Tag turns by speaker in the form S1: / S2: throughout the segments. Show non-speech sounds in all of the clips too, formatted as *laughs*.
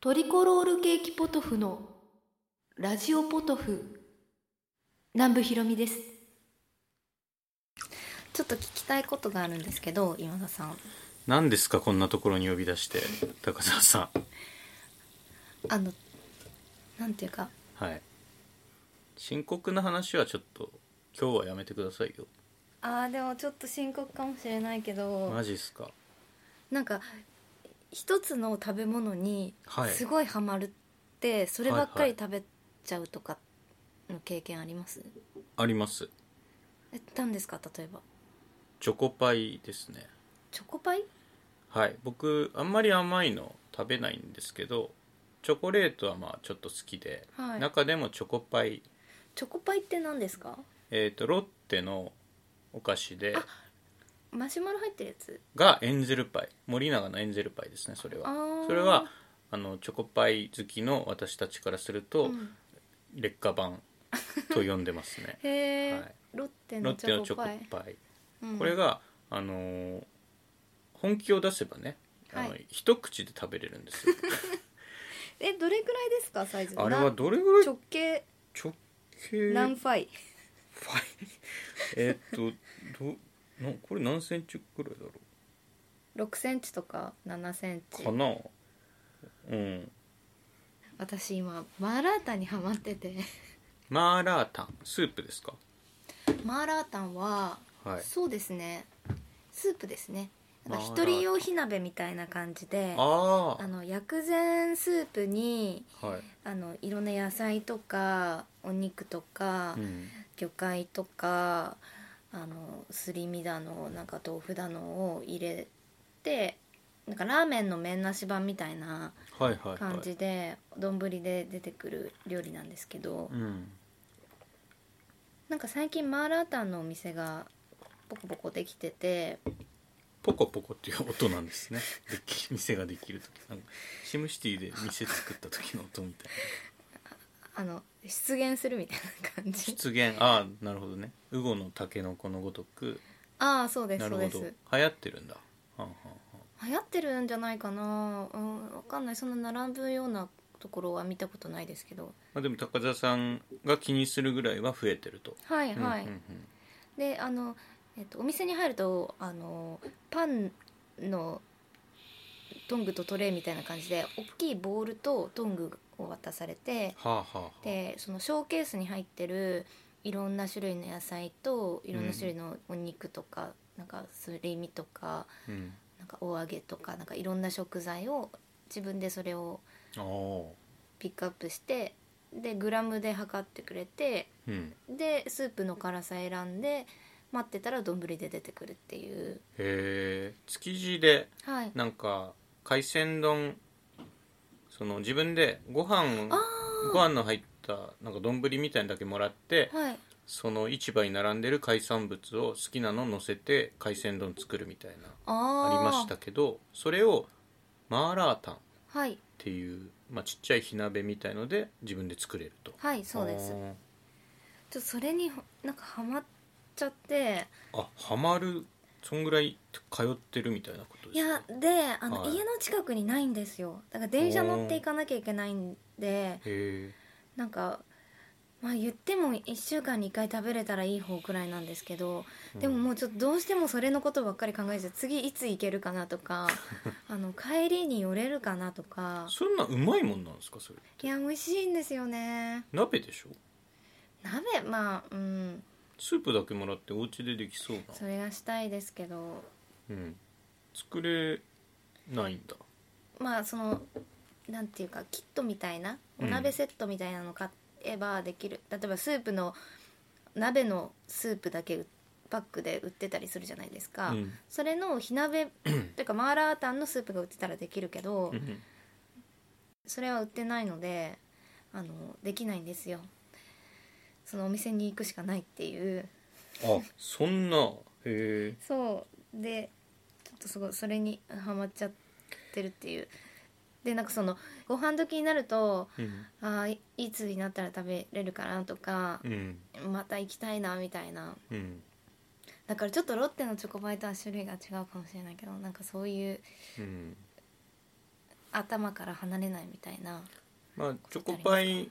S1: トリコロールケーキポトフのラジオポトフ南部ひろみです
S2: ちょっと聞きたいことがあるんですけど今田さん
S3: 何ですかこんなところに呼び出して高澤さん
S2: あのなんていうか
S3: はい深刻な話はちょっと今日はやめてくださいよ
S2: あーでもちょっと深刻かもしれないけど
S3: マジっすか
S2: なんか一つの食べ物に
S3: はい
S2: すごいハマるって、そればっか
S3: は
S2: り
S3: いはい
S2: 食べちゃうとかの経験あります、
S3: あります
S2: え何ですか例えば
S3: チョコパイですね
S2: チョコパイ
S3: はい僕あんまり甘いの食べないんですけどチョコレートはまあちょっと好きで、
S2: はい
S3: 中でもチョコパイ
S2: チョコパイって何ですか
S3: えっ、とロッテのお菓子で
S2: あマシュマロ入ってるやつ
S3: がエンゼルパイ森永のエンゼルパイですねそれ
S2: あ
S3: は
S2: ー
S3: それはあのチョコパイ好きの私たちからすると、
S2: うん
S3: 劣化版と呼んでま
S2: *laughs*
S3: すね
S2: へえ、
S3: はい
S2: ロッテ
S3: ロッ
S2: のチ
S3: テのチ
S2: ョ
S3: ョコ
S2: コ
S3: パ
S2: パ
S3: イ
S2: イ、うん
S3: これが、あのー本気を出せばね、あの
S2: は
S3: 一口で食べれる
S2: *laughs*
S3: んですよ
S2: えどれくらいですかサイズ
S3: あれ
S2: な
S3: はどれぐらい
S2: 直径
S3: 直径
S2: 何ファイ
S3: ファイ *laughs* えーっとどなこれ何センチくらいだろ
S2: 6センチとか7セン
S3: う
S2: チ
S3: かなうん
S2: 私今マーラータンにハマってて *laughs*
S3: マーラータンスープですか
S2: マーラータンは、
S3: はい
S2: そうですねスープですねなんか
S3: マーラータ
S2: 一
S3: ン
S2: 人用火鍋みたいな感じであ
S3: あ
S2: の薬膳スープに
S3: あはい、
S2: あのいろんな野菜とかお肉とか、
S3: うん、
S2: 魚介とかあのすり身だのなんか豆腐だのを入れてなんかラーメンの麺なし版みたいな
S3: はいはいはい
S2: 感じで丼、で出てくる料理なんですけど、
S3: うん
S2: なんか最近マーラータンのお店がポコポコできてて
S3: ポコポコっていう音なんですねでき店ができる時なんかシムシティで店作った時の音みたいな
S2: あの出現するみたいな感じ
S3: 出現ああなるほどね「ウゴのタケノコのごとく
S2: ああそう」です
S3: な
S2: そ
S3: る
S2: う
S3: ほ
S2: で
S3: ど
S2: す
S3: 流行ってるんだはんはんは
S2: 流行ってるんじゃないかなうんわかんないそんな並ぶようなところは見たことないですけど
S3: まあ、でも高田さんが気にするぐらいは増えてると
S2: はいはい、
S3: うんうん
S2: であの、えっと、お店に入るとあのパンのトングとトレイみたいな感じで大きいボールとトングを渡されて
S3: はあはあはあ
S2: でそのショーケースに入ってるいろんな種類の野菜といろんな種類のお肉とか、なんかすり身とか
S3: うん
S2: なんかお揚げとかなんかいろんな食材を自分でそれを
S3: ああ
S2: ピックアップしてでグラムで測ってくれて
S3: うん
S2: でスープの辛さ選んで待ってたら丼で出てくるっていう
S3: へえ築地で
S2: はい
S3: なんか海鮮丼その自分でご飯
S2: あ
S3: ご飯の入ったなんか丼みたいなのだけもらって
S2: あはい
S3: その市場に並んでる海産物を好きなの乗せて海鮮丼作るみたいな
S2: あ
S3: あ
S2: あ
S3: りましたけどそれをマーラータンっ
S2: はい
S3: ていう、まあ、ちっちゃい火鍋みたいので自分で作れると
S2: はいそうですちょ
S3: あ
S2: っとそれにほなんかハマっちゃって
S3: ーあハマるそんぐらい通ってるみたいなこと
S2: い
S3: です
S2: や
S3: か
S2: であの、
S3: はい
S2: 家の近くにないんですよだから電車乗っていかなきゃいけないんで
S3: へえ
S2: なんかまあ言っても1週間に1回食べれたらいい方くらいなんですけどでももうちょっとどうしてもそれのことばっかり考えて次いつ行けるかなと
S3: *laughs*
S2: かあの帰りに寄れるかなとか
S3: そんなうまいもんなんですかそれ
S2: いや美味しいんですよね
S3: 鍋でしょ
S2: 鍋まあうん
S3: スープだけもらってお家でできそうな
S2: それがしたいですけど
S3: うん作れないんだ
S2: まあそのなんていうかキットみたいな
S3: う
S2: お
S3: ん
S2: 鍋セットみたいなの買えばできる、例えばスープの鍋のスープだけパックで売ってたりするじゃないですか、
S3: うん
S2: それの火
S3: *clears throat*
S2: 鍋というかマーラータンのスープが売ってたらできるけど、
S3: うん
S2: それは売ってないのであのできないんですよそのお店に行くしかないっていう
S3: あそんなへえ
S2: そうでちょっとすごいそれにハマっちゃってるっていうでなんかそのご飯時になると
S3: うん
S2: あーいいつになったら食べれるかなとか、
S3: うん
S2: また行きたいなみたいな
S3: うん
S2: だからちょっとロッテのチョコバイトは種類が違うかもしれないけどなんかそういう
S3: うん
S2: 頭から離れないみたいな
S3: まあチョコパイ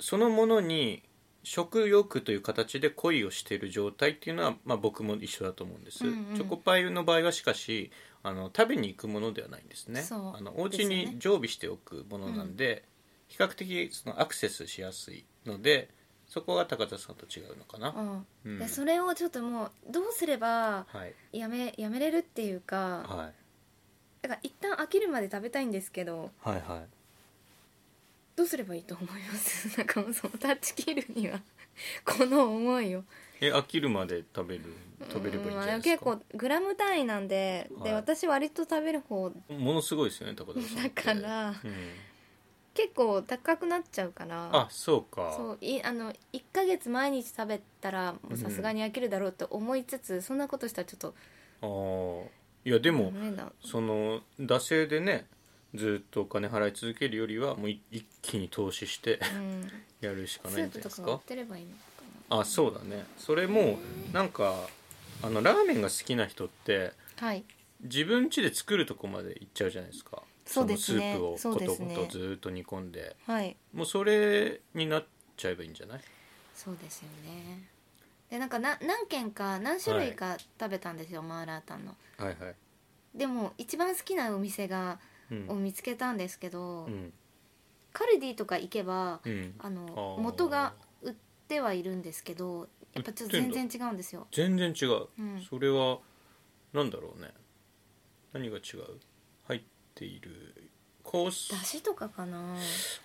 S3: そのものに食欲という形で恋をしている状態っていうのは、まあ、僕も一緒だと思うんです、
S2: うんうん
S3: チョコパイの場合はしかしあの食べに行くものではないんですね
S2: そう
S3: あのお
S2: です
S3: 家
S2: よね
S3: に常備しておくものなんで、比較的そのアクセスしやすいのでそこが高田さんと違うのかな、
S2: う、
S3: うんん
S2: でそれをちょっともうどうすれば
S3: はい
S2: やめやめれるっていうか
S3: はい
S2: だから一旦飽きるまで食べたいんですけど
S3: はいはい
S2: どうすればいいと思います *laughs* なんかもうその断ち切るにはこの思いを
S3: え飽きるまで食べる食べればいいんじゃないですか、
S2: うんまあ結構グラム単位なんで,、
S3: はい
S2: で私割と食べる方
S3: ものすごいですよね高田さん
S2: だ
S3: って
S2: から
S3: うん、
S2: 結構高くなっちゃうから
S3: あそうか
S2: そういあの1ヶ月毎日食べたらもうさすがに飽きるだろうと思いつつ、そんなことしたらちょっと
S3: あーいやでも、
S2: ダメだ
S3: その惰性でねずっとお金払い続けるよりはもうい一気に投資して *laughs*
S2: うん、
S3: やるしか
S2: ス
S3: ないん
S2: ー
S3: じ
S2: プ
S3: ゃ
S2: と
S3: ないです
S2: か売っ
S3: か
S2: てればいいのか
S3: あそうだねそれもなんかあのラーメンが好きな人って
S2: なはい
S3: 自分家で作るとこまで行っちゃうじゃないですか
S2: そうですね
S3: のスープを
S2: そう
S3: コ
S2: で
S3: ト
S2: す
S3: コ
S2: ね
S3: トずっと煮込んで
S2: はい
S3: もうそれになっちゃえばいいんじゃない
S2: そうですよねでなんかな何軒か何種類か食べたんですよ、マーラータンの
S3: はいはい、
S2: でも一番好きなお店が、
S3: うん
S2: を見つけたんですけど、
S3: うん
S2: カルディとか行けば
S3: うん、
S2: あの
S3: ー
S2: 元が売ってはいるんですけどやっぱちょっと
S3: 売ってん
S2: 全
S3: だ
S2: 然違うんですよ
S3: 全然違う、
S2: うん
S3: それはなんだろうね何が違う入っている香
S2: だしとかかな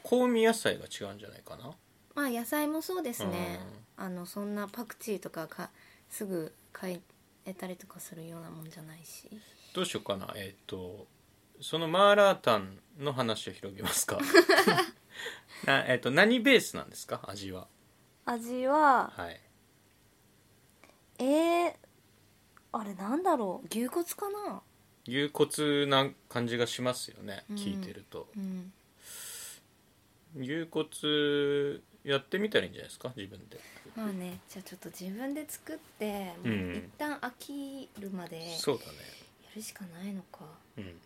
S3: 香味野菜が違うんじゃないかな
S2: まあ野菜もそうですねあのそんなパクチーとかかすぐ買えたりとかするようなもんじゃないし
S3: どうしようかなえっ、とそのマーラータンの話を広げま
S2: *laughs*
S3: すかな、えっと何ベースなんですか味は
S2: 味は
S3: はい
S2: えー、あれなんだろう牛骨かな
S3: 牛骨な感じがしますよね、
S2: うん
S3: 聞いてると
S2: うん
S3: 牛骨やってみたらいいんじゃないですか自分で
S2: まあねじゃあちょっと自分で作って、もう
S3: うん
S2: 一旦飽きるまでや
S3: そうだね
S2: るしかないのか
S3: うん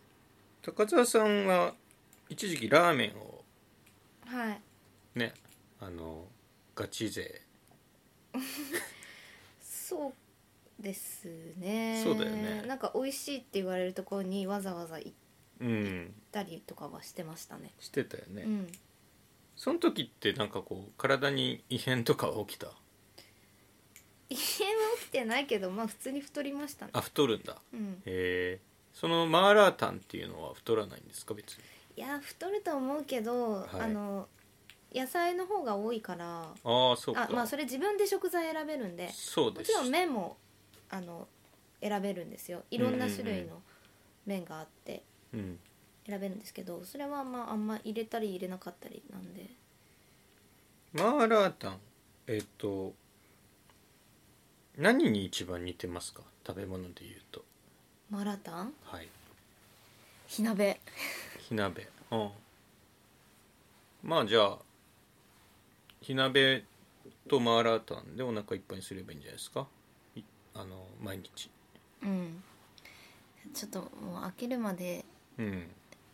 S3: 高澤さんは一時期ラーメンを
S2: はい
S3: ねあのガチ勢
S2: そうですね
S3: そうだよね
S2: なんか美味しいって言われるところにわざわざ行っ
S3: うん
S2: たりとかはしてましたね
S3: してたよね、
S2: うん
S3: その時ってなんかこう体に異変とかは起きた
S2: 異変は起きてないけどまあ普通に太りましたね
S3: あ太るんだ
S2: うん
S3: へえそのマーラータンっていうのは太らないんですか別に
S2: いや太ると思うけど、
S3: い
S2: あの野菜の方が多いから
S3: ああそうか
S2: あまあそれ自分で食材選べるんで
S3: そう
S2: も
S3: で
S2: ち
S3: す
S2: ろん麺もあの選べるんですよいろんな種類の麺があって
S3: うん、
S2: 選べるんですけどそれはまああんま入れたり入れなかったりなんで
S3: マーラータンえっと何に一番似てますか食べ物で言うと
S2: マラタン
S3: はい
S2: 火鍋
S3: 火鍋うんまあじゃあ火鍋とマーラータンでお腹いっぱいにすればいいんじゃないですかいあの毎日
S2: うんちょっともう飽きるまで
S3: うん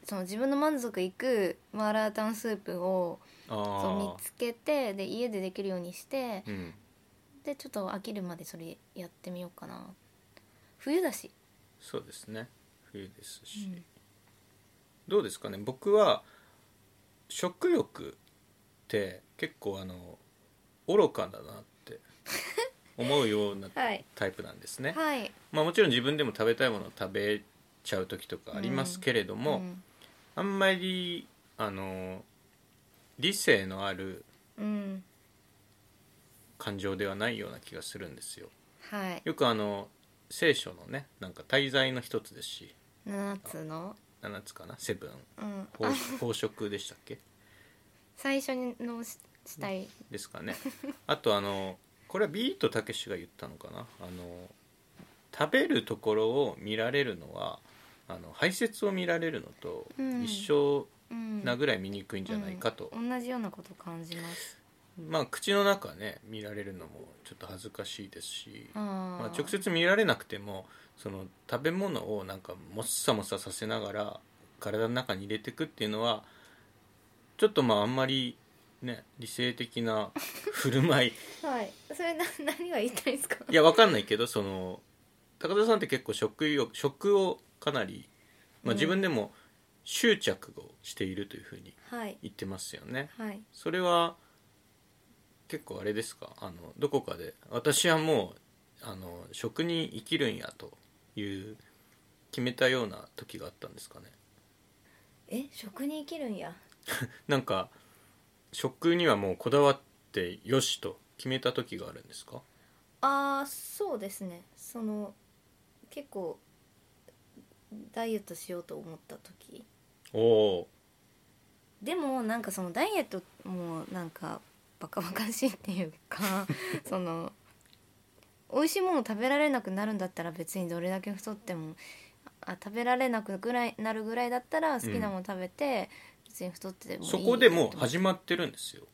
S2: その自分の満足いくマーラータンスープをそう見
S3: あ
S2: つけてで家でできるようにして
S3: あうん
S2: でちょっと飽きるまでそれやってみようかな冬だし、
S3: そうですね冬です
S2: う
S3: し、
S2: ん、
S3: どうですかね僕は食欲って結構あの愚かだなって
S2: *laughs*
S3: 思うような
S2: はい
S3: タイプなんですね、
S2: はい
S3: まあもちろん自分でも食べたいものを食べちゃう時とかありますけれども、
S2: うん
S3: あんまりあの理性のある
S2: うん、
S3: 感情ではないような気がするんですよ
S2: はい
S3: よくあの聖書のねなんか滞在の一つですし
S2: 7つの、
S3: 7つかなセブン
S2: うん、
S3: 飽飽食でしたっけ
S2: 最初のししたい
S3: ですかねあとあのこれはビートたけしが言ったのかなあの食べるところを見られるのはあの排泄を見られるのと
S2: うん
S3: 一
S2: うん
S3: 生なぐらい見にくいんじゃないかと、
S2: うん同じようなこと感じます
S3: まあ口の中ね見られるのもちょっと恥ずかしいですし、
S2: あ、
S3: ま
S2: ま
S3: あ、直接見られなくてもその食べ物をなんかもっさもっささせながら体の中に入れてくっていうのはちょっとまああんまりね理性
S2: *laughs*
S3: 的な振る舞い
S2: はいそれな *laughs* 何が言いたいんですか *laughs*
S3: いやわかんないけどその高田さんって結構食欲食をかなり、まあ、
S2: うん
S3: 自分でも執着をしているというふうに
S2: はい
S3: 言ってますよね。
S2: はい
S3: それは結構あれですかあのどこかで私はもうあの食に生きるんやという決めたような時があったんですかね
S2: え食に生きるんや
S3: なんか食にはもうこだわってよしと決めた時があるんですか
S2: あーそうですねその結構ダイエットしようと思った時
S3: おお
S2: でもなんかそのダイエットもなんかバカバカしいっていうか *laughs* その美味しいもの食べられなくなるんだったら別にどれだけ太ってもあ食べられなくぐらいなるぐらいだったら好きなもの食べて、別に太っててもいい
S3: そこでもう
S2: は
S3: 始まってるんですよ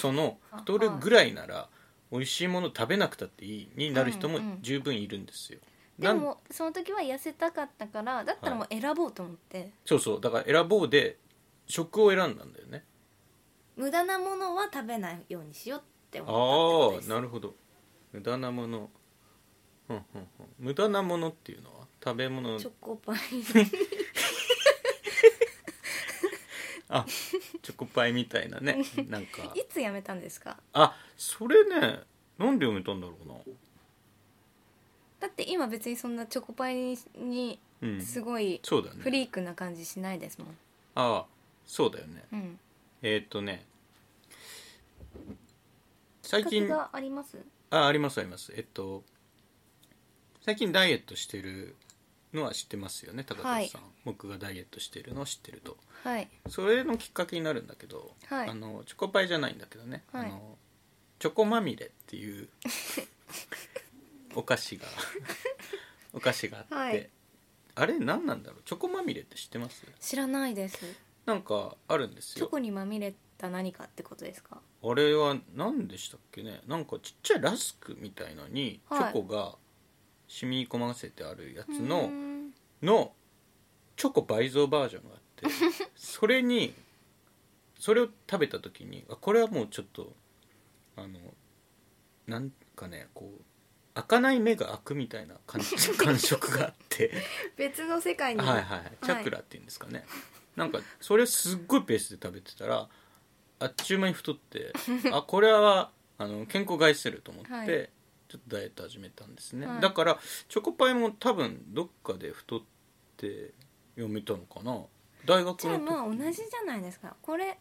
S3: その
S2: *laughs* あ
S3: 太るぐらいなら美味しいもの食べなくたっていいになる人も
S2: うんうん
S3: 十分いるんですよ、
S2: で
S3: なん
S2: もその時は痩せたかったからだったらもう選ぼうと思って、
S3: そうそうだから選ぼうで食を選んだんだよね
S2: 無駄なものは食べないようにしようって思ったってことで
S3: ああ
S2: す
S3: なるほど無駄なもの、うんうんうん、無駄なものっていうのは食べ物
S2: チョコパイ *laughs*
S3: あチョコパイみたいなねなんか
S2: いつやめたんですか
S3: あそれねなんで読めたんだろうな
S2: だって今別にそんなチョコパイにに
S3: うん
S2: すごい
S3: そうだね
S2: フリークな感じしないですもん、
S3: ああそうだよね
S2: うん、
S3: えーっとね
S2: きっ
S3: 最
S2: かけ
S3: 近
S2: があります
S3: あありますありますえっと最近ダイエットしてるのは知ってますよね高田さん、
S2: はい
S3: 僕がダイエットしてるのを知ってると
S2: はい
S3: それのきっかけになるんだけど、
S2: はい
S3: あのチョコパイじゃないんだけどね、
S2: はい
S3: あのチョコまみれっていうお菓
S2: *laughs*
S3: 子がお菓子があって、
S2: はい
S3: あれ何なんだろうチョコまみれって知ってます
S2: 知らないです
S3: なんかあるんです
S2: チョ
S3: よ
S2: コにまみれた何かってことですか
S3: あれは何でしたっけねなんかちっちゃいラスクみたいのにチ
S2: はい
S3: ョコが染み込ませてあるやつ
S2: うー
S3: の、
S2: ん
S3: のチョコ倍増バージョンがあってそれにそれを食べた時にあこれはもうちょっとあのなんかねこう開かない目が開くみたいな感じ感触があって
S2: 別の世界に
S3: はいはいはいチャクラっていうんですかね、なんかそれをすっごいペースで食べてたらあっちゅう間に太って
S2: *laughs*
S3: あこれはあの健康害すると思って、
S2: はい
S3: ちょっとダイエット始めたんですね、
S2: はい
S3: だからチョコパイも多分どっかで太って読めたのかな大学
S2: じゃあ
S3: の
S2: まあ
S3: 時
S2: 同じじゃないですかこれ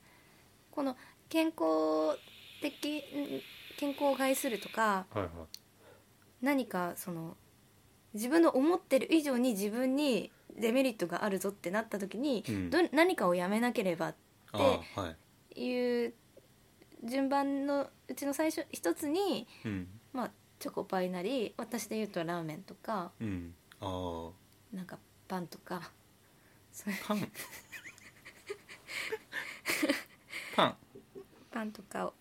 S2: この健康的ん健康を害するとか
S3: はいはい
S2: 何かその自分の思ってる以上に自分にデメリットがあるぞってなった時に、
S3: うん
S2: ど何かをやめなければっ
S3: ああはい
S2: ていう順番のうちの最初一つに、
S3: うん
S2: まあ、チョコパイなり私で言うとラーメンとか
S3: うんあ
S2: なんかパンとかそういう *laughs*
S3: あパンパン
S2: パンとかを、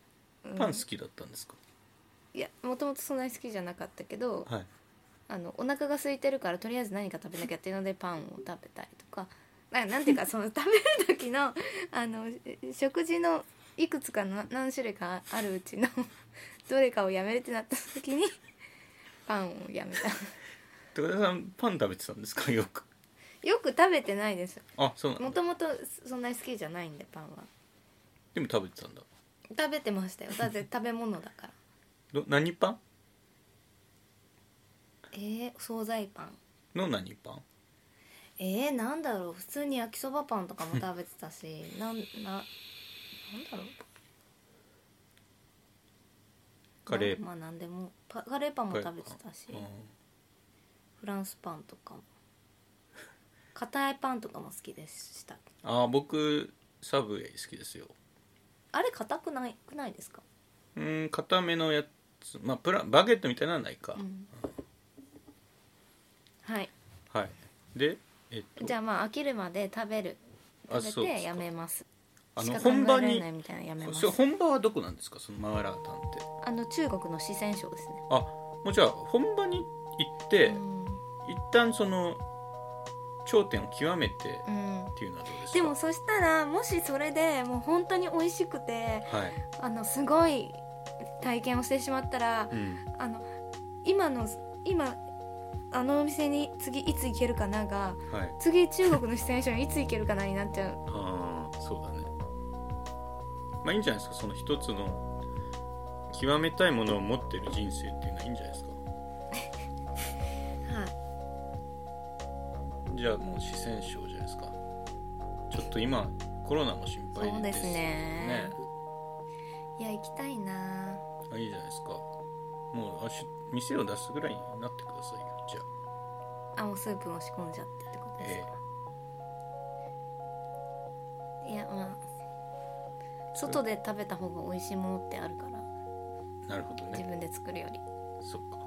S2: うん
S3: パン好きだったんですか、
S2: いやもともとそんなに好きじゃなかったけど
S3: はい
S2: あのお腹が空いてるからとりあえず何か食べなきゃっていうのでパンを食べたりとかななんていうかその食べる時のあの食事のいくつかの何種類かあるうちのどれかをやめるってなった時にパンをやめた
S3: 高田さんパン食べてたんですかよく
S2: よく食べてないです
S3: あそうなんだ
S2: もともとそんなに好きじゃないんでパンは
S3: でも食べてたんだ
S2: 食べてましたよだって食べ物だから
S3: ど何パン
S2: えー、惣菜パン
S3: の何パン
S2: えー、なんだろう普通に焼きそばパンとかも食べてた
S3: *laughs*
S2: しなんななんだろう
S3: カレー
S2: まあまあ何でもパカレーパンも食べてたし
S3: うん
S2: フランスパンとかも硬いパンとかも好きでした
S3: あー僕サブウェイ好きですよ
S2: あれ硬くないくないですか、
S3: うーん固めのやつまあプランバゲットみたいなのはないか、
S2: うん、はい
S3: はいでえっと
S2: じゃあまあ飽きるまで食べる
S3: あ
S2: 食
S3: そう
S2: べ
S3: です
S2: てや
S3: か
S2: めます
S3: あ
S2: し
S3: の
S2: か考
S3: 本
S2: えら
S3: 場
S2: れ
S3: に
S2: ないみたいなのやめます
S3: そう本場はどこなんですかそのマーラータンって
S2: あの中国の四川省ですね
S3: あもうじゃあ本場に行って、
S2: うん
S3: 一旦その頂点を極めて
S2: うん
S3: っていうのはどうですか
S2: でもそしたらもしそれでもう本当に美味しくて
S3: はい、
S2: あのすごい体験をしてしまったら
S3: うん、
S2: あの今の今あのお店に次いつ行けるかなが
S3: はい
S2: 次中国の四川省にいつ行けるかなになっちゃう
S3: ああそうだねまあいいんじゃないですかその一つの極めたいものを持ってる人生っていうのはいいんじゃないですか
S2: は
S3: じゃあもう四川省じゃないですかちょっと今コロナも心配
S2: そうですね
S3: ね
S2: いいや行きたいな
S3: あいいじゃないですかもうあし店を出すぐらいになってくださいよじゃあ
S2: あもうスープを仕込んじゃってってことですか、いやまあ外で食べた方が美味しいものってあるから
S3: なるほど
S2: 自
S3: ね
S2: 分で作るより
S3: そっか